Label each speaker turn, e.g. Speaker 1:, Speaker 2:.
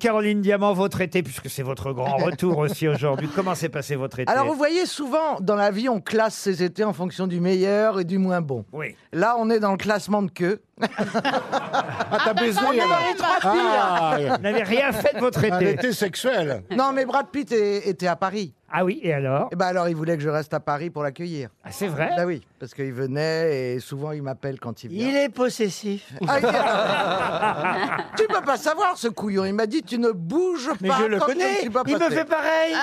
Speaker 1: Caroline Diamant, votre été, puisque c'est votre grand retour aussi aujourd'hui. Comment s'est passé votre été
Speaker 2: Alors vous voyez souvent dans la vie on classe ses étés en fonction du meilleur et du moins bon.
Speaker 1: Oui.
Speaker 2: Là on est dans le classement de queue.
Speaker 3: Ah, t'as baisé alors Ah,
Speaker 1: Vous n'avez rien fait de votre
Speaker 4: Ah,
Speaker 3: un
Speaker 1: été.
Speaker 3: été sexuel.
Speaker 2: Non mais Brad Pitt est- était à Paris.
Speaker 1: Ah oui, et alors
Speaker 2: Et ben alors il voulait que je reste à Paris pour l'accueillir.
Speaker 1: Ah, C'est vrai
Speaker 2: Bah oui, parce qu'il venait et souvent il m'appelle quand il vient.
Speaker 4: Il est possessif.
Speaker 2: Ah, il- tu peux pas savoir ce couillon. Il m'a dit tu ne bouges pas.
Speaker 4: Mais Bah, je le
Speaker 2: quand
Speaker 4: connais.
Speaker 2: ne suis pas
Speaker 4: Il me
Speaker 2: passé.
Speaker 4: fait pareil.